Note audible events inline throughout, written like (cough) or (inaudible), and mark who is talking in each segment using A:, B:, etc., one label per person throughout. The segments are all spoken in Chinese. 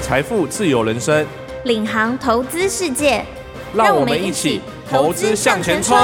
A: 财富自由人生，
B: 领航投资世界，
A: 让我们一起投资向前冲。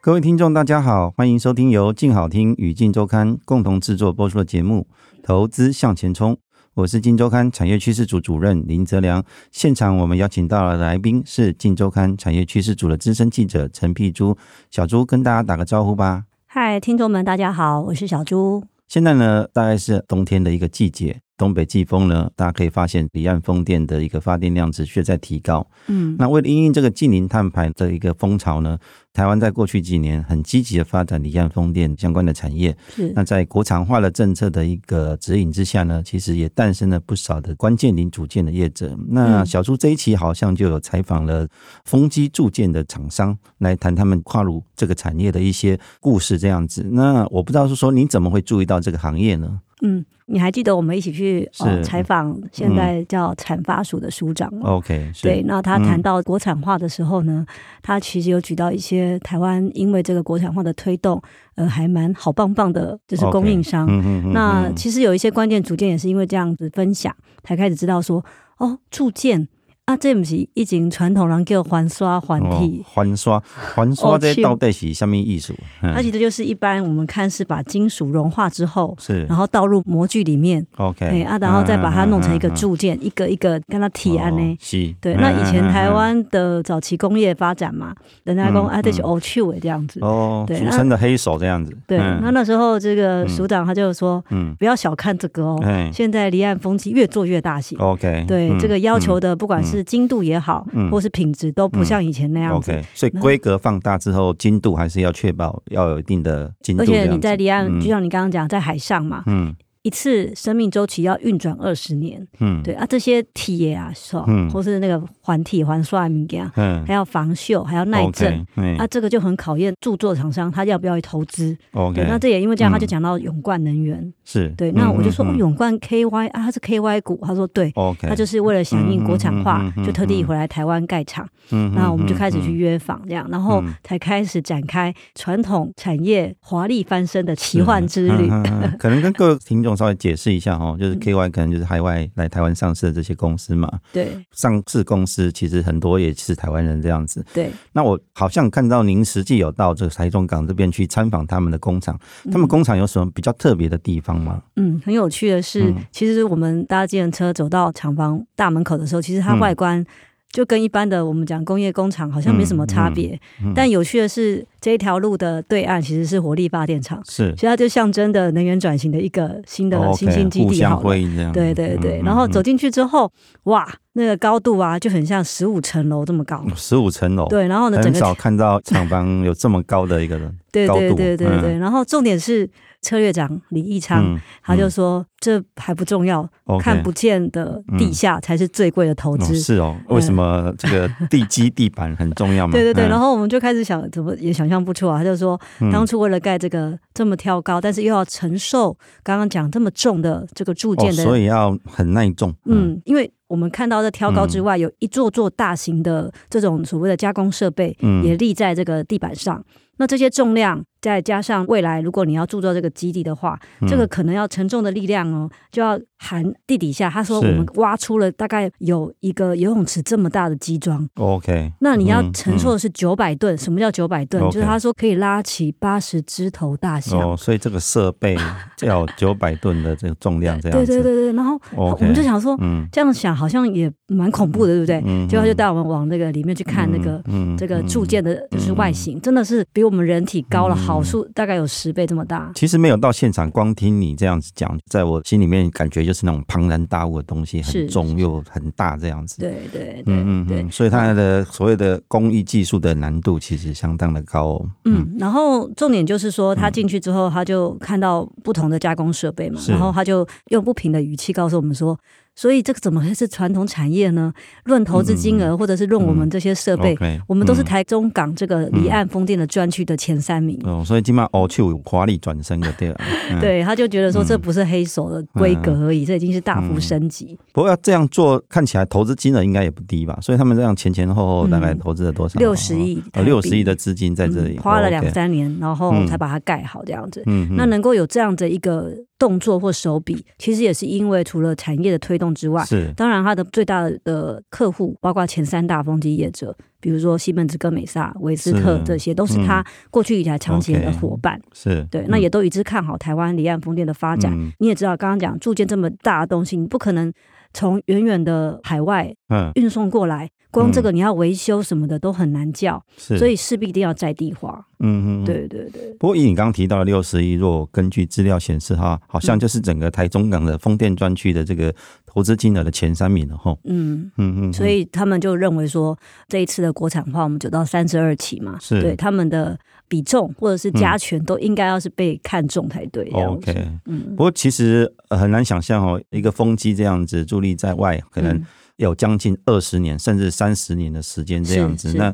C: 各位听众，大家好，欢迎收听由静好听与静周刊共同制作播出的节目《投资向前冲》，我是静周刊产业趋势组主任林泽良。现场我们邀请到的来宾是静周刊产业趋势组的资深记者陈碧珠，小朱跟大家打个招呼吧。
D: 嗨，听众们，大家好，我是小朱。
C: 现在呢，大概是冬天的一个季节，东北季风呢，大家可以发现离岸风电的一个发电量持续在提高。
D: 嗯，
C: 那为了因应这个近零碳排的一个风潮呢，台湾在过去几年很积极的发展离岸风电相关的产业。
D: 是
C: 那在国产化的政策的一个指引之下呢，其实也诞生了不少的关键零组件的业者。那
D: 嗯
C: 小朱这一期好像就有采访了风机铸件的厂商，来谈他们跨入这个产业的一些故事这样子。那我不知道是说你怎么会注意到这个行业呢？
D: 嗯，你还记得我们一起去
C: 是
D: 呃采访现在叫产发署的署长吗？
C: OK，是
D: 对，那他
C: 嗯
D: 谈到国产化的时候呢，他其实有举到一些台湾因为这个国产化的推动，呃，还蛮好棒棒的，就是供应商。
C: 嗯嗯嗯
D: 那
C: 嗯
D: 其实有一些关键组件也是因为这样子分享，才开始知道说，哦，铸件啊，这不是一经传统人叫环刷环
C: 哦
D: 体，
C: 环刷，环刷
D: 哦
C: 这
D: 是
C: 到底是什么艺术？嗯
D: 它其实就是一般我们看是把金属融化之后，
C: 是
D: 然后倒入模具里面，
C: OK，
D: 哎啊，然后再把它弄成一个
C: 嗯嗯嗯嗯
D: 铸件，一个一个跟它提案
C: 哦
D: 呢。
C: 是，
D: 对，
C: 嗯
D: 那以前
C: 嗯嗯
D: 台
C: 嗯
D: 湾的早期工业发展嘛，人家讲
C: 嗯
D: 啊，这是
C: 嗯
D: 欧趣味这样子。
C: 哦，
D: 对
C: 俗
D: 那
C: 称的黑手这样子，
D: 对，
C: 嗯
D: 那那时候这个署长他就说，
C: 嗯
D: 不要小看这个哦，
C: 哎
D: 现在离岸风机越做越大型。
C: ，OK，
D: 对，
C: 嗯
D: 这个要求
C: 嗯
D: 的不管是精度也好
C: 嗯，
D: 或是品质都不像以前那样子。
C: OK，所以
D: 那
C: 规格放大之后，精度还是要确保要有一定的精度
D: 而
C: 这样
D: 且
C: 子，
D: 你在离岸，
C: 嗯
D: 就像你刚刚讲，在海上嘛，
C: 嗯
D: 一次生命周期要运转二十年。
C: 嗯
D: 对啊，这些铁啊，是吧
C: 嗯
D: 或是那个环体环刷物件，
C: 嗯
D: 还要防锈，还要耐震。
C: ，OK，
D: 啊，
C: 哎
D: 这个就很考验著作厂商他要不要去投资。对，那
C: ，OK，
D: 这也因为这样，
C: 嗯
D: 他就讲到永冠能源。
C: 是，
D: 对，
C: 嗯
D: 那我就说、
C: 嗯
D: 哦
C: 嗯
D: 永冠 KY 啊，它是 KY 股，他说对，
C: ，OK，
D: 他就是为了响应国产化，
C: 嗯嗯嗯嗯嗯
D: 就特地回来台湾盖厂。
C: 嗯，
D: 那我们就开始去
C: 嗯，
D: 约访，这样，然后
C: 嗯
D: 才开始展开传统产业华丽翻身的奇幻之旅。
C: 嗯嗯嗯可能跟各位听众稍微解释一下哈，就是 KY 可能就是海外来台湾上市的这些公司嘛，
D: 对
C: 上市公司其实很多也是台湾人这样子。
D: 对，
C: 那我好像看到您实际有到这个台中港这边去参访他们的工厂，他们工厂有什么比较特别的地方吗？
D: 嗯，很有趣的是，
C: 嗯
D: 其实我们搭计程车走到厂房大门口的时候，其实它
C: 嗯
D: 外观就跟一般的我们讲工业工厂好像没什么差别。
C: 嗯嗯
D: 但有趣的是，这一条路的对岸其实是火力发电厂，
C: 是
D: 所以它就象征的能源转型的一个新的
C: 哦
D: 新兴
C: OK，
D: 基
C: 互
D: 地
C: 相
D: 好了。
C: 辉映这样。
D: 对对对，
C: 嗯
D: 然后走进去之后，哇，那个高度啊，就很像十五层楼这么高。
C: 十五层楼，，
D: 对，然后呢，
C: 嗯哦很
D: 整个
C: 少看到厂房有这么高的一个
D: (laughs)
C: 人
D: 对
C: 高
D: 对
C: 度
D: 对对
C: 嗯
D: 对，然后重点是策略长李义昌，
C: 嗯
D: 他就说这还不重要，
C: ，OK
D: 看不见的地下才是最贵的投
C: 哦
D: 资。
C: 是哦，为什么这个地基地板很重要吗？
D: (laughs) 对对对，
C: 嗯
D: 然后我们就开始想，怎么也想象不出来。啊他就说，当初为了盖这个这么挑高，但是又要承受刚刚讲这么重的这个铸
C: 哦，
D: 件的，
C: 所以要很耐重，
D: 嗯，因为我们看到在挑高之
C: 嗯
D: 外，有一座座大型的这种所谓的加工设备
C: 嗯
D: 也立在这个地板上。那这些重量再加上未来，如果你要铸造这个基地的话，
C: 嗯
D: 这个可能要承重的力量哦，就要含地底下。他说我
C: 是
D: 们挖出了大概有一个游泳池这么大的基桩，
C: OK，
D: 那你要
C: 嗯
D: 承受的是九百吨。什么叫九百吨？
C: OK
D: 就是他说可以拉起八十只头大象。
C: 哦，所以这个设
D: (laughs)
C: 备要有九百吨的这个重量，这样
D: 对
C: 子。
D: 对对对，然后
C: OK
D: 我们就想说，
C: 嗯，
D: 这样想好像也蛮恐怖的，对不对？
C: 嗯
D: 结果他就带我们往那个里面去看那个。
C: 嗯
D: 这个铸件的就是外形，真的是比我们人体高
C: 嗯
D: 了好数，大概有十倍这么大。
C: 其实没有到现场，光听你这样子讲，在我心里面感觉就是那种庞然大物的东西，很
D: 是
C: 重又很大这样子。
D: 对对对
C: 嗯嗯
D: 对
C: 嗯，，所以它的所谓的工艺技术的难度其实相当的高哦。
D: 嗯，然后重点就是说，他进去之后，他就看到不同的加工设备嘛，
C: 是
D: 然后他就用不平的语气告诉我们说，所以这个怎么会是传统产业呢？论投资金额，或者是论我们这些设备，
C: ，OK，
D: 我们都是
C: 嗯
D: 台中港这个离岸风电的专区的前三名。
C: 哦，所以今晚哦去华丽转身的对
D: (laughs)
C: 了。嗯
D: 对，他就觉得说这不是黑手的规格而已，这已经是大幅升级。
C: 不过要这样做，看起来投资金额应该也不低吧？所以他们这样前前后后大概
D: 嗯
C: 投资了多少？
D: 六十亿
C: 哦
D: 台币，
C: 六十亿的资金在这里
D: 嗯花了
C: 哦，OK
D: 两三年，然后
C: 嗯
D: 才把它盖好这样子。
C: 嗯，嗯
D: 那能够有这样的一个动作或手笔，其实也是因为除了产业的推动之外，
C: 是
D: 当然它的最大的客户包括前三大风机业者，比如说西门子、哥美萨、维斯特
C: 是嗯
D: 这些，都是它过去以来长期的伙伴。
C: 是，
D: 对，那也都一致看好台湾离岸风电的发展。
C: 嗯
D: 你也知道，刚刚讲铸件这么大的东西，你不可能从远远的海外
C: 嗯
D: 运送过来，光这个你要维修什么的都很难叫，
C: 是，
D: 所以势必一定要在地化。
C: 嗯嗯，嗯。
D: 对对对，
C: 不过，以你刚刚提到的六十一，如果根据资料显示哈，好
D: 嗯
C: 像就是整个台中港的风电专区的这个投资金额的前三名了哈。
D: 嗯。
C: 嗯嗯嗯，
D: 所以他们就认为说，这一次的国产化，我们九到三十二期嘛，
C: 是嗯
D: 对他们的比重或者是加权都应该要是被看中才对。这样子
C: OK，
D: 嗯
C: 不，过其实呃很难想象哦，一个风机这样子伫立在外，可能
D: 嗯
C: 有将近二十年甚至三十年的时间这样子
D: 是。是
C: 那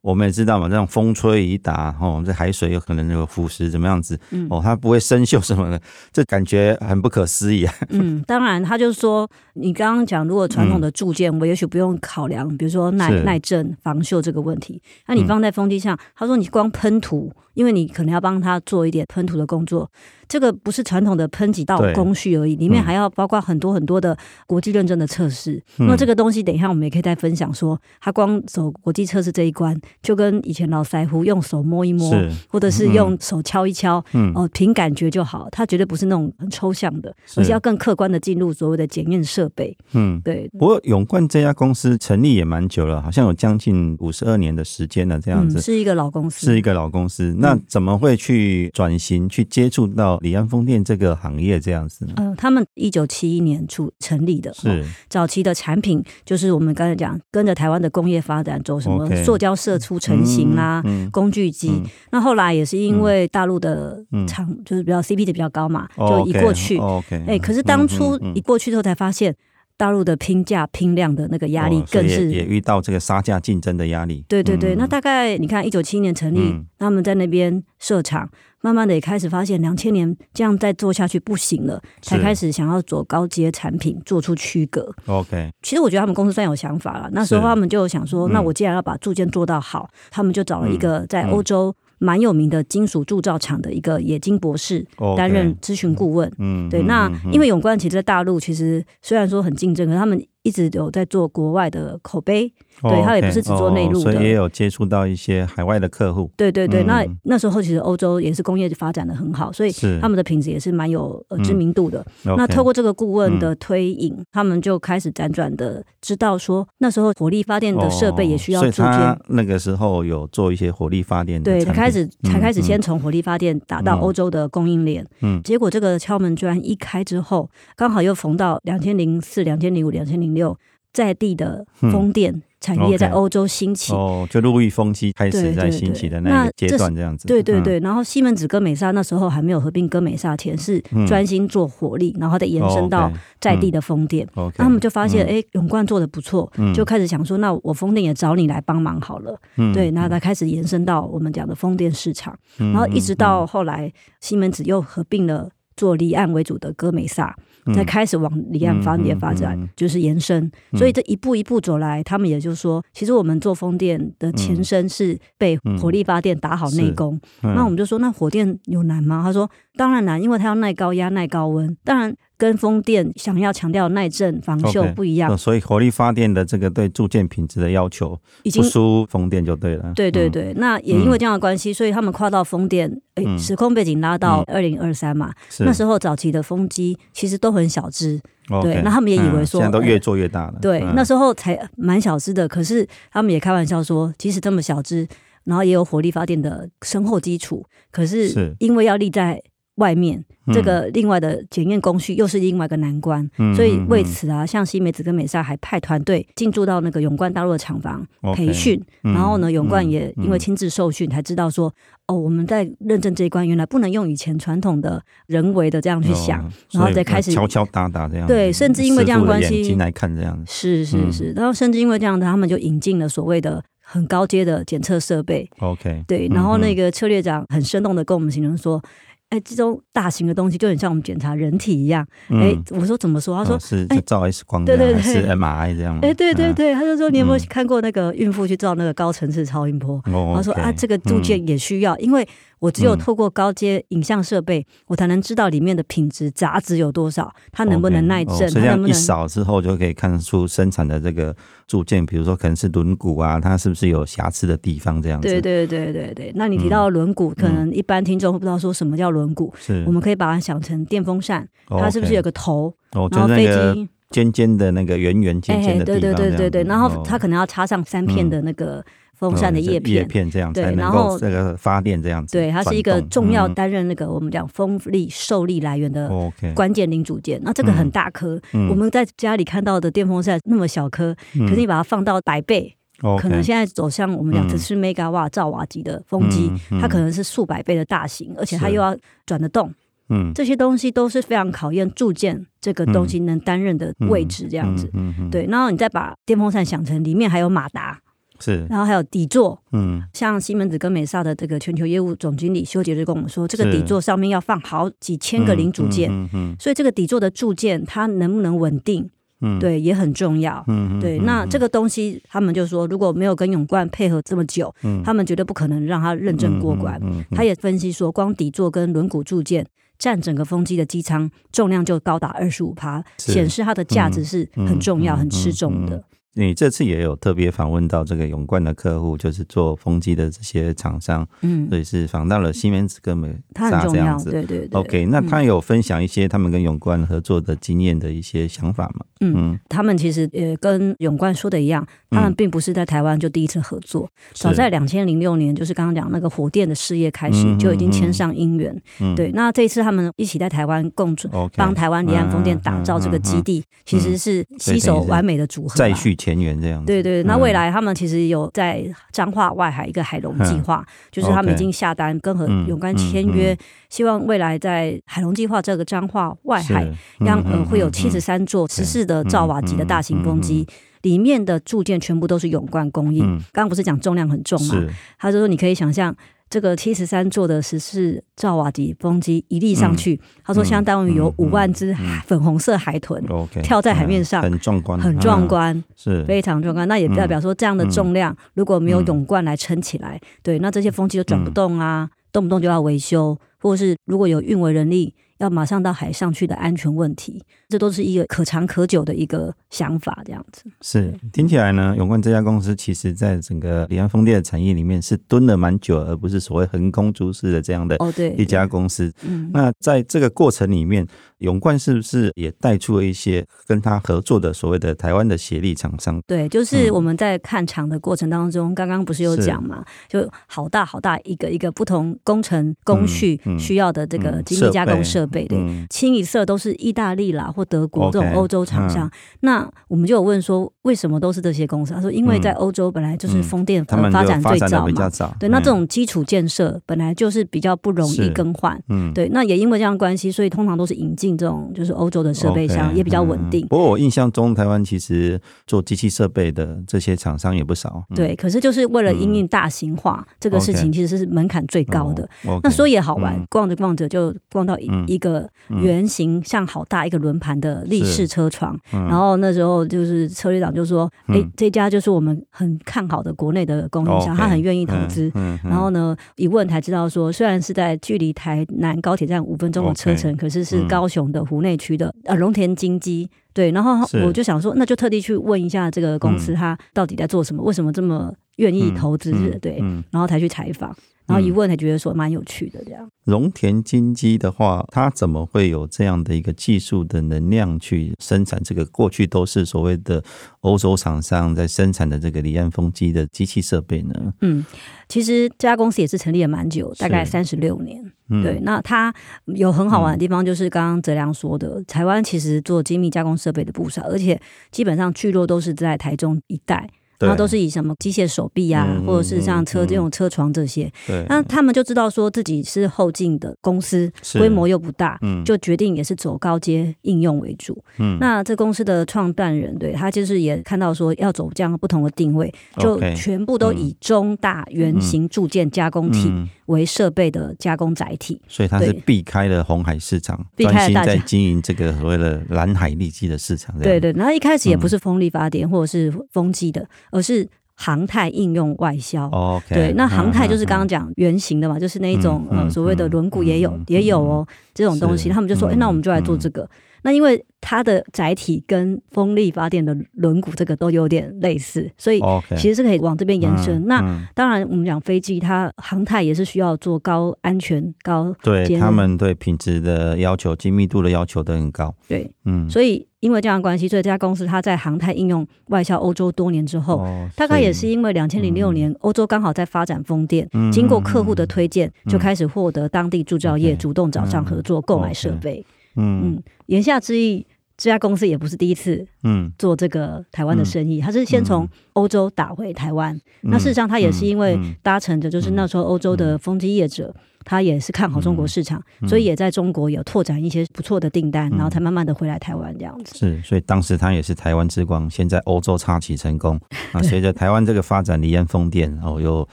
C: 我们也知道嘛，这样风吹雨打，哦，这海水有可能有腐蚀怎么样子，
D: 嗯
C: 哦，它不会生锈什么的， (laughs) 这感觉很不可思议啊。
D: 嗯，当然，他就说，你刚刚讲，如果传统的铸件，我也许不用考量，比如说
C: 嗯
D: 耐
C: 是嗯
D: 耐震、防锈这个问题。那你放在风机上，他说你光喷涂，因为你可能要帮他做一点喷涂的工作，这个不是传统的喷几道
C: 对
D: 工序而已，里面
C: 嗯
D: 还要包括很多很多的国际认证的测试。
C: 嗯
D: 那这个东西，等一下我们也可以再分享说，他光走国际测试这一关，就跟以前老腮胡用手摸一摸，
C: 是，
D: 或者 (laughs) 是
C: 嗯
D: 用手敲一敲，
C: 嗯，
D: 哦，凭感觉就好，它绝对不是那种很抽象的，而
C: 是
D: 是要更客观的进入所谓的检验设备。
C: 嗯。
D: 对，
C: 不过永冠这家公司成立也蛮久了，好像有将近五十二年的时间了，这样子、
D: 嗯，是嗯一个老公司。
C: 是一个老公司。那怎么会去转型去接触到离岸风电这个行业这样子呢？
D: 嗯、他们一九七一年出成立的，哦
C: 是
D: 早期的产品就是我们刚才讲，跟着台湾的工业发展走什么
C: OK
D: 塑胶射出成型啦、
C: 嗯
D: 工具机。
C: 嗯
D: 那后来也是因为大陆的
C: 嗯
D: 厂、就是比较 CP 值比较高嘛，
C: 哦
D: 就移过去。
C: OK，
D: 哎、可是当初
C: 嗯嗯嗯
D: 移过去之后才发现，大陆的拼价拼量的那个压力
C: 哦所以
D: 更
C: 也
D: 是
C: 也遇到这个杀价竞争的压力。
D: 对对对，
C: 嗯
D: 那大概你看，一九七一年成立，
C: 嗯
D: 他们在那边设厂，慢慢的也开始发现，两千年这样再做下去不行了，
C: 是
D: 才开始想要走高阶产品，做出区隔。
C: OK，
D: 其实我觉得他们公司算有想法了，那时候
C: 是
D: 他们就想说，
C: 嗯
D: 那我既然要把铸件做到好，他们就找了一个在欧洲蛮有名的金属铸造厂的一个冶金博士
C: OK
D: 担任咨询顾问。
C: 嗯，
D: 对，
C: 嗯
D: 那
C: 嗯嗯
D: 因为永冠其实在大陆其实虽然说很竞争，可是他们一直有在做国外的口碑，对它也不是只做内陆的
C: 哦所以也有接触到一些海外的客户。
D: 对对对，
C: 嗯
D: 那那时候其实欧洲也是工业发展的很好，所以
C: 是
D: 他们的品质也是蛮有呃
C: 嗯
D: 知名度的。那
C: OK，嗯
D: 透过这个顾问的推引，他们就开始辗转的知道说，那时候火力发电的设备也需要
C: 哦所以
D: 铸件。
C: 他那个时候有做一些火力发电的
D: 对，
C: 产
D: 才
C: 品，
D: 开始才
C: 嗯
D: 开始
C: 嗯
D: 先从火力发电打到
C: 嗯
D: 欧洲的供应链，
C: 嗯
D: 结果这个敲门砖一开之后，刚好又逢到两千零四、两千零五、两千零六在地的风电产业
C: OK
D: 在欧洲兴起，
C: 哦，就陆域风机开始
D: 对
C: 在
D: 对
C: 兴
D: 对
C: 起的
D: 那
C: 那一个阶
D: 这是
C: 段，这样子。
D: 对对
C: 嗯，
D: 对，然后西门子跟美沙那时候还没有合并跟美沙前，是
C: 嗯
D: 专心做火力，然后再延伸
C: 哦
D: 到在地的风电。
C: OK，
D: 那他们就发现，
C: 嗯
D: 哎、永冠做的不错，
C: 嗯
D: 就开始想说，那我风电也找你来帮忙好了。
C: 嗯
D: 对，那他开始延伸到我们讲的风电市场，
C: 嗯
D: 然后一直到
C: 嗯
D: 后来西门子又合并了做离岸为主的哥美萨，
C: 嗯
D: 再开始往离岸发电发
C: 嗯嗯嗯嗯
D: 展，就是延伸。所以这一步一步走来，他们也就说，其实我们做风电的前身是被火力发电打好内功。
C: 嗯
D: 那我们就说，那火电有难吗？他说，当然难，因为它要耐高压、耐高温。当然，跟风电想要强调耐震、防
C: OK
D: 锈不一样
C: 哦，所以火力发电的这个对铸件品质的要求
D: 已
C: 不嗯
D: 经
C: 输风电就对了。
D: 对对对，那也因为这样的关系，所以他们跨到风电，诶，
C: 嗯
D: 时空背景拉到二零二三嘛，
C: 是
D: 那时候早期的风机其实都很小只，
C: 候
D: 对那他们也以为说
C: 嗯现在都
D: 哎
C: 越做越大了。
D: 对，
C: 嗯
D: 那时候才蛮小只的。可是他们也开玩笑说，即使这么小只，然后也有火力发电的深厚基础，可
C: 是
D: 是因为要立在外面，
C: 嗯
D: 这个另外的检验工序又是另外一个难关。
C: 嗯
D: 所以
C: 嗯
D: 为
C: 嗯
D: 此啊，像西梅子跟美莎还派团队进驻到那个永冠大陆的厂房
C: OK，
D: 培训，
C: 嗯
D: 然后呢，永冠
C: 嗯
D: 也因为
C: 嗯
D: 亲自受训，才知道说，哦，我们在认证这一关，原来不能用以前传统的人为的这样去想，
C: 哦
D: 然后
C: 所以
D: 再开始
C: 敲敲打打这样子。
D: 对甚至因为这样
C: 师傅的
D: 关系
C: 眼睛来看这样子。
D: 是
C: 嗯
D: 是是，然后甚至因为这样，他们就引进了所谓的很高阶的检测设备。
C: OK，嗯
D: 对，然后那
C: 个
D: 个策略长很生动的跟我们形容说。哎，这种大型的东西就很像我们检查人体一样。
C: 嗯
D: 哎、我说怎么说？他说，
C: 哦是
D: 哎
C: 是照 X 光
D: 对
C: 这样
D: 对
C: 还是
D: 对
C: MRI 这样。
D: 哎、对对
C: 嗯。
D: 对，他就说你有没有
C: 嗯
D: 看过那个孕妇去照那个高层次超音波？
C: 哦
D: 他说
C: OK，
D: 啊，这个铸件也需要，因为我只有
C: 嗯
D: 透过高阶影像设备，我才能知道里面的品质杂质有多少，它能不能耐震
C: OK，哦所以这
D: 它能
C: 样
D: 不
C: 一
D: 能
C: 扫之后，就可以看出生产的这个铸件，比如说可能是轮毂啊，它是不是有瑕疵的地方这样子？嗯
D: 对对对对对，那你提到轮毂，可能一般听众会不知道说什么叫轮毂，
C: 是
D: 我们可以把它想成电风扇，
C: 哦
D: 它是不是
C: OK
D: 有个头？
C: 哦，就是
D: 然后
C: 那
D: 飞
C: 个
D: 机，哎
C: 尖尖的那个圆圆尖尖的地
D: 对
C: 方这
D: 对
C: 样子，
D: 对对对，然后它
C: 哦
D: 可能要插上三片的那个风扇的
C: 哦
D: 叶
C: 是叶
D: 片。
C: 片这样
D: 对
C: 才能
D: 然
C: 够
D: 后
C: 这个发电这样子转
D: 对，
C: 动，
D: 它是一个重要
C: 嗯哦
D: 担任那个我们讲风力受力来源的
C: OK，
D: 关键零组件。那这个很大颗，
C: 嗯嗯
D: 我们在家里看到的电风扇那么小颗，可是你把它放到百倍，
C: OK，
D: 可能现在走向我们讲
C: 嗯
D: 这是 mega 瓦兆瓦级的风机
C: 嗯，嗯
D: 它可能是数百倍的大型，而且它
C: 是
D: 又要转得动，
C: 嗯
D: 这些东西都是非常考验铸件这个东西能担任的位置这
C: 这
D: 样子。
C: 嗯嗯嗯
D: 对，然后你再把电风扇想成里面还有马达，
C: 是
D: 然后还有底座，
C: 嗯
D: 像西门子跟美萨的这个全球业务总经理修杰就跟我们说，这个
C: 是
D: 底座上面要放好几千个零组件，
C: 嗯嗯
D: 所以这个底座的铸件它能不能稳定，
C: 嗯，
D: 对，也很重要。
C: 嗯嗯
D: 对，那这
C: 个
D: 个东西他们就说，如果没有跟永冠配合这么久，他们绝对不可能让它认证过关。
C: 嗯
D: 他也分析说，光底座跟轮毂铸件占整个风机的机舱重量就高达二十五趴，
C: 是
D: 显示它的价值是很重
C: 嗯
D: 要、
C: 嗯
D: 很吃重的。
C: 你这次也有特别访问到这个永冠的客户，就是做风机的这些厂商，
D: 嗯，
C: 所以是访到了西门子跟美
D: 它很
C: 萨
D: 重
C: 这
D: 要
C: 样。子。
D: 对嗯对对。
C: OK，那他有分享一些他们跟永冠合作的经验的一些想法吗？嗯
D: 嗯，他们其实呃跟永冠说的一样，他们并不是在台湾就第一次合作，
C: 嗯
D: 早
C: 是
D: 在两千零六年，就是刚刚讲那个火电的事业开始
C: 嗯嗯
D: 就已经签上姻缘。
C: 嗯
D: 对，那这一次他们一起在台湾共存。
C: OK，嗯
D: 帮台湾离岸风电打造这个基地，其实是携手完美的组合、
C: 再。续前缘这样子。
D: 对对，那
C: 嗯
D: 未来他们其实有在彰化外海一个海龙计划，就是他们
C: 嗯 OK
D: 已经下单跟和永冠签
C: 嗯嗯
D: 约
C: 嗯，
D: 希望未来在海龙计划这个彰化外
C: 是
D: 海
C: 嗯
D: 央
C: 嗯
D: 呃会有
C: 嗯
D: 七十三座十四的兆瓦级的大型风
C: 嗯嗯
D: 机，里面的铸件全部都是永冠供应。
C: 嗯
D: 刚刚不是讲重量很重嘛？
C: 是
D: 他就说你可以想象。这个七十三座的十四兆瓦级风机一立上去，他说相当于有
C: 嗯
D: 五万只
C: 嗯
D: 粉红色海豚，
C: OK，
D: (laughs) 跳在海面上
C: 嗯很壮观，
D: 很壮
C: 嗯，
D: 观，
C: 是
D: 非常壮观。那也代
C: 嗯
D: 表说这样的重量，如果没有永冠来撑起来，对，那这些风机就转不动
C: 嗯
D: 啊，动不动就要维修，或者是如果有运维人力，要马上到海上去的安全问题，这都是一个可长可久的一个想法，这样子。
C: 是听起来呢，永冠这家公司其实在整个离岸风电的产业里面是蹲了蛮久，而不是所谓横空出世的这样的
D: 哦，对，
C: 一家公司。
D: 嗯，
C: 那在这个过程里面，永冠是不是也带出了一些跟他合作的所谓的台湾的协力厂商？
D: 对，就是
C: 嗯
D: 我们在看场的过程当中，刚刚不是有讲嘛，就好大好大一个一个不同工程工序
C: 嗯嗯
D: 需要的这个
C: 嗯
D: 精密加工
C: 设
D: 设备，对，
C: 嗯，
D: 清一色都是意大利啦或德国
C: OK，嗯
D: 这种欧洲厂商。那我们就有问说，为什么都是这些公司？他说，因为在欧洲本来就是风电
C: 嗯他们
D: 呃发
C: 就
D: 展
C: 发
D: 最
C: 展的
D: 早
C: 比较
D: 嘛，
C: 早。
D: 对，那
C: 嗯
D: 这种基础建设本来就是比较不容易
C: 是
D: 更换。
C: 嗯
D: 对，那也因为这样的关系，所以通常都是引进这种就是欧洲的设备商
C: OK，
D: 也比较稳定
C: 嗯。不过我印象中，台湾其实做机器设备的这些厂商也不少。嗯，
D: 对，可是就是为了因应大型化、这个事
C: OK
D: 情，其实是门槛最高的。
C: 哦，OK，
D: 那说也好玩，
C: 嗯
D: 逛着逛着就逛到一、
C: 嗯
D: 一个圆形像好大一个轮盘的立式车床，
C: 嗯
D: 然后那时候就是车队长就说：“哎、
C: 嗯
D: 这家就是我们很看好的国内的供应商，
C: OK，
D: 他很愿意投资。
C: 嗯，嗯
D: 然后呢，一问才知道说，虽然是在距离台南高铁站五分钟的车程可是是
C: 嗯
D: 高雄的湖内区的、呃龙田金鸡。对，然后
C: 是
D: 我就想说，那就特地去问一下这个公司，它到底在做什么，为什么这么愿意投资？
C: 嗯
D: 对，
C: 嗯，
D: 然后才去采访，然后一问才觉得说蛮有趣的这样。
C: 农田金鸡的话，它怎么会有这样的一个技术的能量去生产这个？过去都是所谓的欧洲厂商在生产的这个离岸风机的机器设备呢？
D: 嗯，其实这家公司也是成立了蛮久，
C: 是
D: 大概三十六年。
C: 嗯，
D: 对，，那它有很好玩的地方，就是刚刚泽良说的，台湾其实做精密加工设备的不少，而且基本上聚落都是在台中一带。然后都是以什么机械手臂啊，
C: 嗯嗯
D: 或者是像
C: 嗯
D: 车
C: 嗯
D: 这种车床这些，
C: 对
D: 那他们就知道说自己是后进的公司，
C: 是
D: 规模又不大，
C: 嗯
D: 就决定也是走高阶应用为主。
C: 嗯
D: 那这公司的创办人对他就是也看到说要走这样不同的定位，就
C: OK，
D: 全部都以中大圆形铸件加工体
C: 嗯，
D: 为设备的加工载体。
C: 所以它是
D: 对
C: 避开了红海市场，
D: 避开
C: 专
D: 了
C: 心
D: 大家
C: 在经营这个所谓的蓝海利基的市场。这样嗯
D: 对，对，然后一开始也不是风力发电或者是风机的，而是航太应用外销。
C: OK，
D: 对，那航太就是
C: 嗯嗯
D: 刚刚讲圆形的嘛，就是那一种
C: 嗯
D: 呃
C: 嗯
D: 所谓的
C: 嗯
D: 轮毂也有
C: 嗯
D: 也有哦这种东西，
C: 是
D: 他们就说，哎，
C: 嗯
D: 那我们就来做这个。那因为它的载体跟风力发电的轮毂这个都有点类似，所以
C: OK，
D: 其实是可以往这边延伸。
C: 哦嗯
D: 那
C: 嗯
D: 当然，我们讲飞机，它航太也是需要做高安全、高
C: 对
D: 节
C: 他
D: 能
C: 们对品质的要求、精密度的要求都很高。
D: 对，
C: 嗯，
D: 所以因为这样的关系，所以这家公司它在航太应用外销欧洲多年之后，
C: 哦嗯
D: 大概也是因为两千零六年欧洲刚好在发展风电，经过客户的，推荐，
C: 嗯
D: 就开始获得当地铸造业
C: OK，
D: 主动找上合作购买设备。
C: 所以嗯
D: 嗯，言下之意，这家公司也不是第一次
C: 嗯，
D: 做这个台湾的生意，它是先从欧洲打回台湾。那事实上，它也是因为
C: 嗯嗯
D: 搭乘的就是那时候欧洲的风机业者，他也是看好中国市场，所以也在中国有拓展一些不错的订
C: 嗯
D: 单，然后才慢慢的回来台湾这样子。
C: 是，所以当时它也是台湾之光，现在欧洲插旗成
D: (laughs)
C: 功。啊，随着台湾这个发展，离岸风电，然后哦又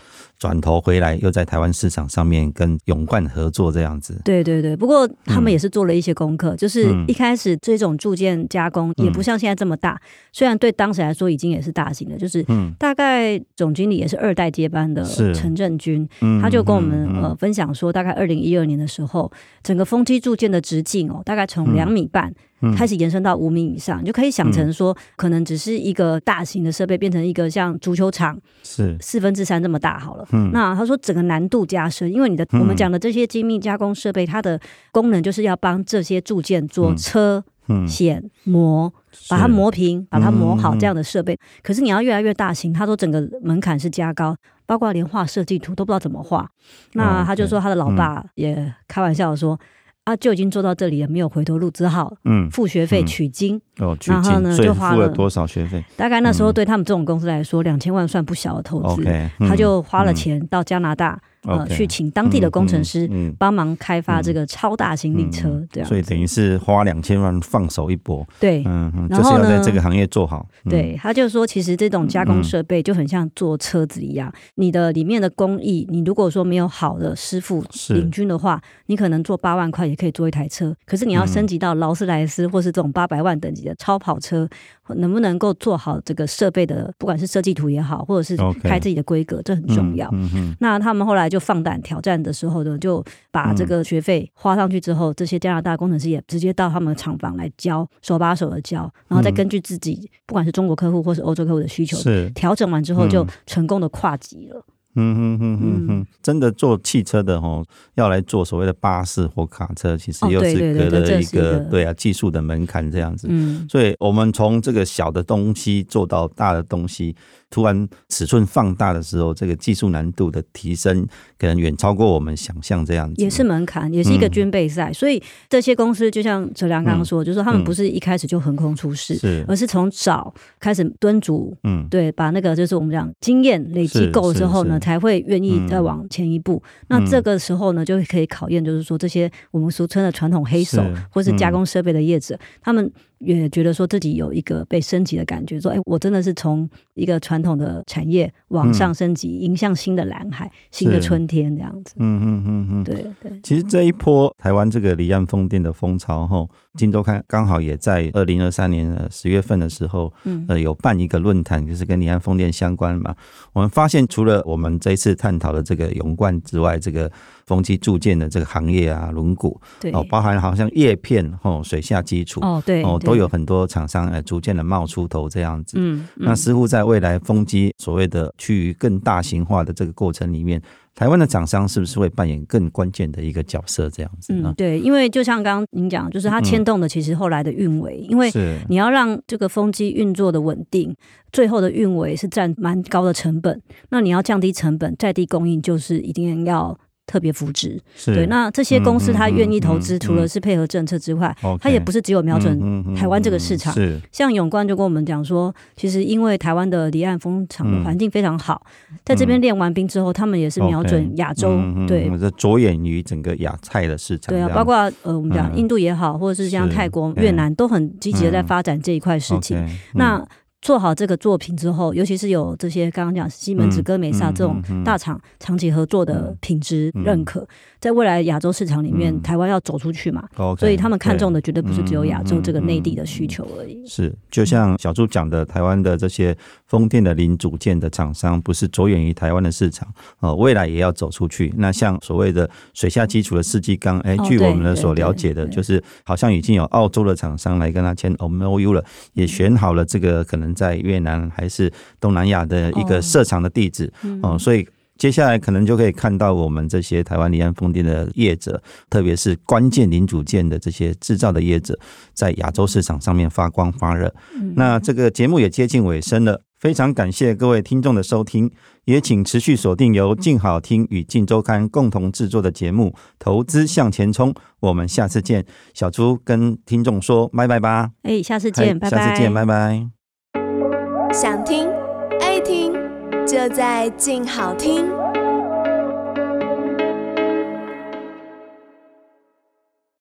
C: 转头回来，又在台湾市场上面跟永冠合作这样子。
D: 对对对，不过他们也是做了一些功课，就是
C: 嗯
D: 一开始这种铸件加工也不像现在这么大，虽然对当时来说已经也是大型的，就是
C: 嗯
D: 大概总经理也是二代接班的
C: 是
D: 陈振军，
C: 嗯
D: 他就跟我们、
C: 嗯嗯
D: 呃分享说，大概二零一二年的时候，整个风机铸件的直径哦，大概从两米半
C: 嗯
D: 开始延伸到五米以上，你就可以想成说，可能只是一个大型的设备变成一个像足球场
C: 是
D: 四分之三这么大好了。
C: 嗯
D: 那他说整个难度加深，因为你的、
C: 嗯
D: 我们讲的这些精密加工设备，它的功能就是要帮这些铸件做
C: 嗯
D: 车
C: 嗯
D: 险磨，把它
C: 是
D: 磨平，把它磨好
C: 嗯
D: 这样的设备。可是你要越来越大型，他说整个门槛是加高，包括连画设计图都不知道怎么画。
C: 哦
D: 那他就说他的
C: 嗯
D: 老爸也开玩笑说。啊，就已经做到这里了，没有回头路，只好
C: 嗯
D: 付学费
C: 嗯
D: 取经。
C: 哦，取
D: 然后
C: 经
D: 呢
C: 所以
D: 就花
C: 付了
D: 了
C: 多少学费
D: 大概那时候
C: 嗯
D: 对他们这种公司来说，两千万算不小的投资。
C: ？OK，嗯
D: 他就花了钱到加拿大，呃，
C: OK，
D: 去请当地的工程师
C: 嗯嗯
D: 帮忙开发这个超大型
C: 嗯
D: 力车，这样
C: 所以等于是花两千万放手一搏，
D: 对。
C: 嗯，嗯就
D: 然
C: 是
D: 后
C: 要在
D: 呢
C: 这个行业做好。嗯，
D: 对，他就说，其实这种加工设备就很像做车子一样，你的里面的工艺，你如果说没有好的师傅
C: 是
D: 领军的话，你可能做八万块也可以做一台车，可是你
C: 嗯
D: 要升级到劳斯莱斯或是这种八百万等级的超跑车，能不能够做好这个设备的，不管是设计图也好，或者是
C: OK
D: 开自己的规格，这很
C: 嗯
D: 重要。
C: 嗯嗯
D: 那他们后来就放胆挑战的时候呢，就把
C: 嗯
D: 这个学费花上去之后，这些加拿大工程师也直接到他们的厂房来教，手把手的教，然后再根据自己、不管是中国客户或是欧洲客户的需求，
C: 嗯是，
D: 调整完之后
C: 嗯
D: 就成功的跨级了。
C: 嗯嗯嗯嗯嗯
D: 嗯，
C: 真的做汽车的哦，要来做所谓的巴士或卡车，其实
D: 哦
C: 又
D: 对
C: 是
D: 对
C: 隔
D: 对这
C: 了
D: 这
C: 一
D: 是一
C: 个
D: 个
C: 对啊技术的门槛这样子。
D: 嗯，
C: 所以我们从这个小的东西做到大的东西，突然尺寸放大的时候，这个技术难度的提升，可能远超过我们想象这样子。
D: 也是门槛，也是
C: 嗯
D: 一个军备赛。所以这些公司就像哲良刚刚说，就是他们不是一开始就横空出世，
C: 嗯是
D: 而是从早开始蹲足。
C: 嗯
D: 对，把那个就是我们讲经验累积
C: 是
D: 够之后
C: 是
D: 呢，
C: 是
D: 才会愿意
C: 嗯
D: 再往前一步。那这个时候呢，就可以考验，就是说这些我们俗称的传统黑手
C: 是
D: 或是加
C: 嗯
D: 工设备的业者，他们也觉得说自己有一个被升级的感觉，说哎，我真的是从一个传统的产业往上升级，迎向新的蓝海、新的
C: 嗯是
D: 春天这样子。
C: 嗯嗯嗯嗯。
D: 对对，
C: 其实这一波台湾这个离岸风电的风潮后，
D: 嗯
C: 金周刊刚好也在二零二三年呃十月份的时候，
D: 嗯
C: 呃，有办一个论坛，就是跟离岸风电相关嘛。我们发现，除了我们这一次探讨的这个永冠之外，这个风机铸件的这个行业啊，轮毂
D: 对
C: 哦，包含好像叶片哦、水下基础
D: 哦，对，
C: 哦，
D: 对
C: 都有。很多厂商呃逐渐的冒出头这样子。
D: 嗯，
C: 那
D: 嗯
C: 似乎在未来风机所谓的趋于更大型化的这个过程里面，台湾的厂商是不是会扮演更关键的一个角色？这样子
D: 嗯，
C: 呢？嗯
D: 对，因为就像刚刚您讲，就是它牵动的其实后来的运维，因为
C: 是
D: 你要让这个风机运作的稳定，最后的运维是占蛮高的成本。那你要降低成本，在地供应就是一定要特别扶植。
C: 是
D: 对，那这些公司它愿意投
C: 嗯
D: 资，
C: 嗯嗯嗯
D: 除了是配合政策之外，
C: OK
D: 它也不是只有瞄准。
C: 嗯嗯嗯
D: 台湾这个市场
C: 是
D: 像永冠就跟我们讲说，其实因为台湾的离岸风场
C: 嗯
D: 的环境非常好，在这边练完兵之后，他们也是瞄
C: OK
D: 准亚洲，
C: 嗯嗯
D: 对
C: 嗯这着眼于整个亚太的市场这
D: 对
C: 样
D: 啊
C: 子。，
D: 包括呃，我们讲
C: 嗯
D: 印度也好，或者是像
C: 是
D: 泰国、
C: 嗯
D: 越南，都很积极的在发展这一块事情。
C: OK，嗯
D: 那做好这个作品之后，尤其是有这些刚刚讲西门子、
C: 嗯
D: 哥美萨
C: 嗯
D: 这种
C: 嗯嗯
D: 大厂长期合作的品质认可，在未来亚洲市场里面，
C: 嗯
D: 台湾要走出去嘛，
C: OK，
D: 所以他们看中
C: 对
D: 的绝对不是只有亚洲
C: 嗯
D: 这个内地
C: 嗯
D: 的
C: 嗯
D: 需求而已。
C: 是，就像小朱讲的，台湾的这些风电的零组件的厂商，不是着眼于台湾的市场，哦，未来也要走出去。那像所谓的水下基础的世纪钢，哎、
D: 哦
C: 据
D: 对
C: 我们的
D: 对
C: 所了
D: 对
C: 解的，
D: 对
C: 就是好像已经有澳洲的厂商来跟他签 M O U 了，也选好了这个可能在越南还是东南亚的一个
D: 哦
C: 设厂的地址，
D: 嗯
C: 哦，所以接下来可能就可以看到我们这些台湾离岸风电的业者，特别是关键零组件的这些制造的业者，在亚洲市场上面发光发热。
D: 嗯
C: 那这个节目也接近尾声了。非常感谢各位听众的收听，也请持续锁定由静好听与静周刊共同制作的节目《投资向前冲》，我们下次见。小猪跟听众说拜拜吧，
D: 哎，下次见，拜拜，
C: 下次见，拜拜。
E: 想听爱听，就在静好听。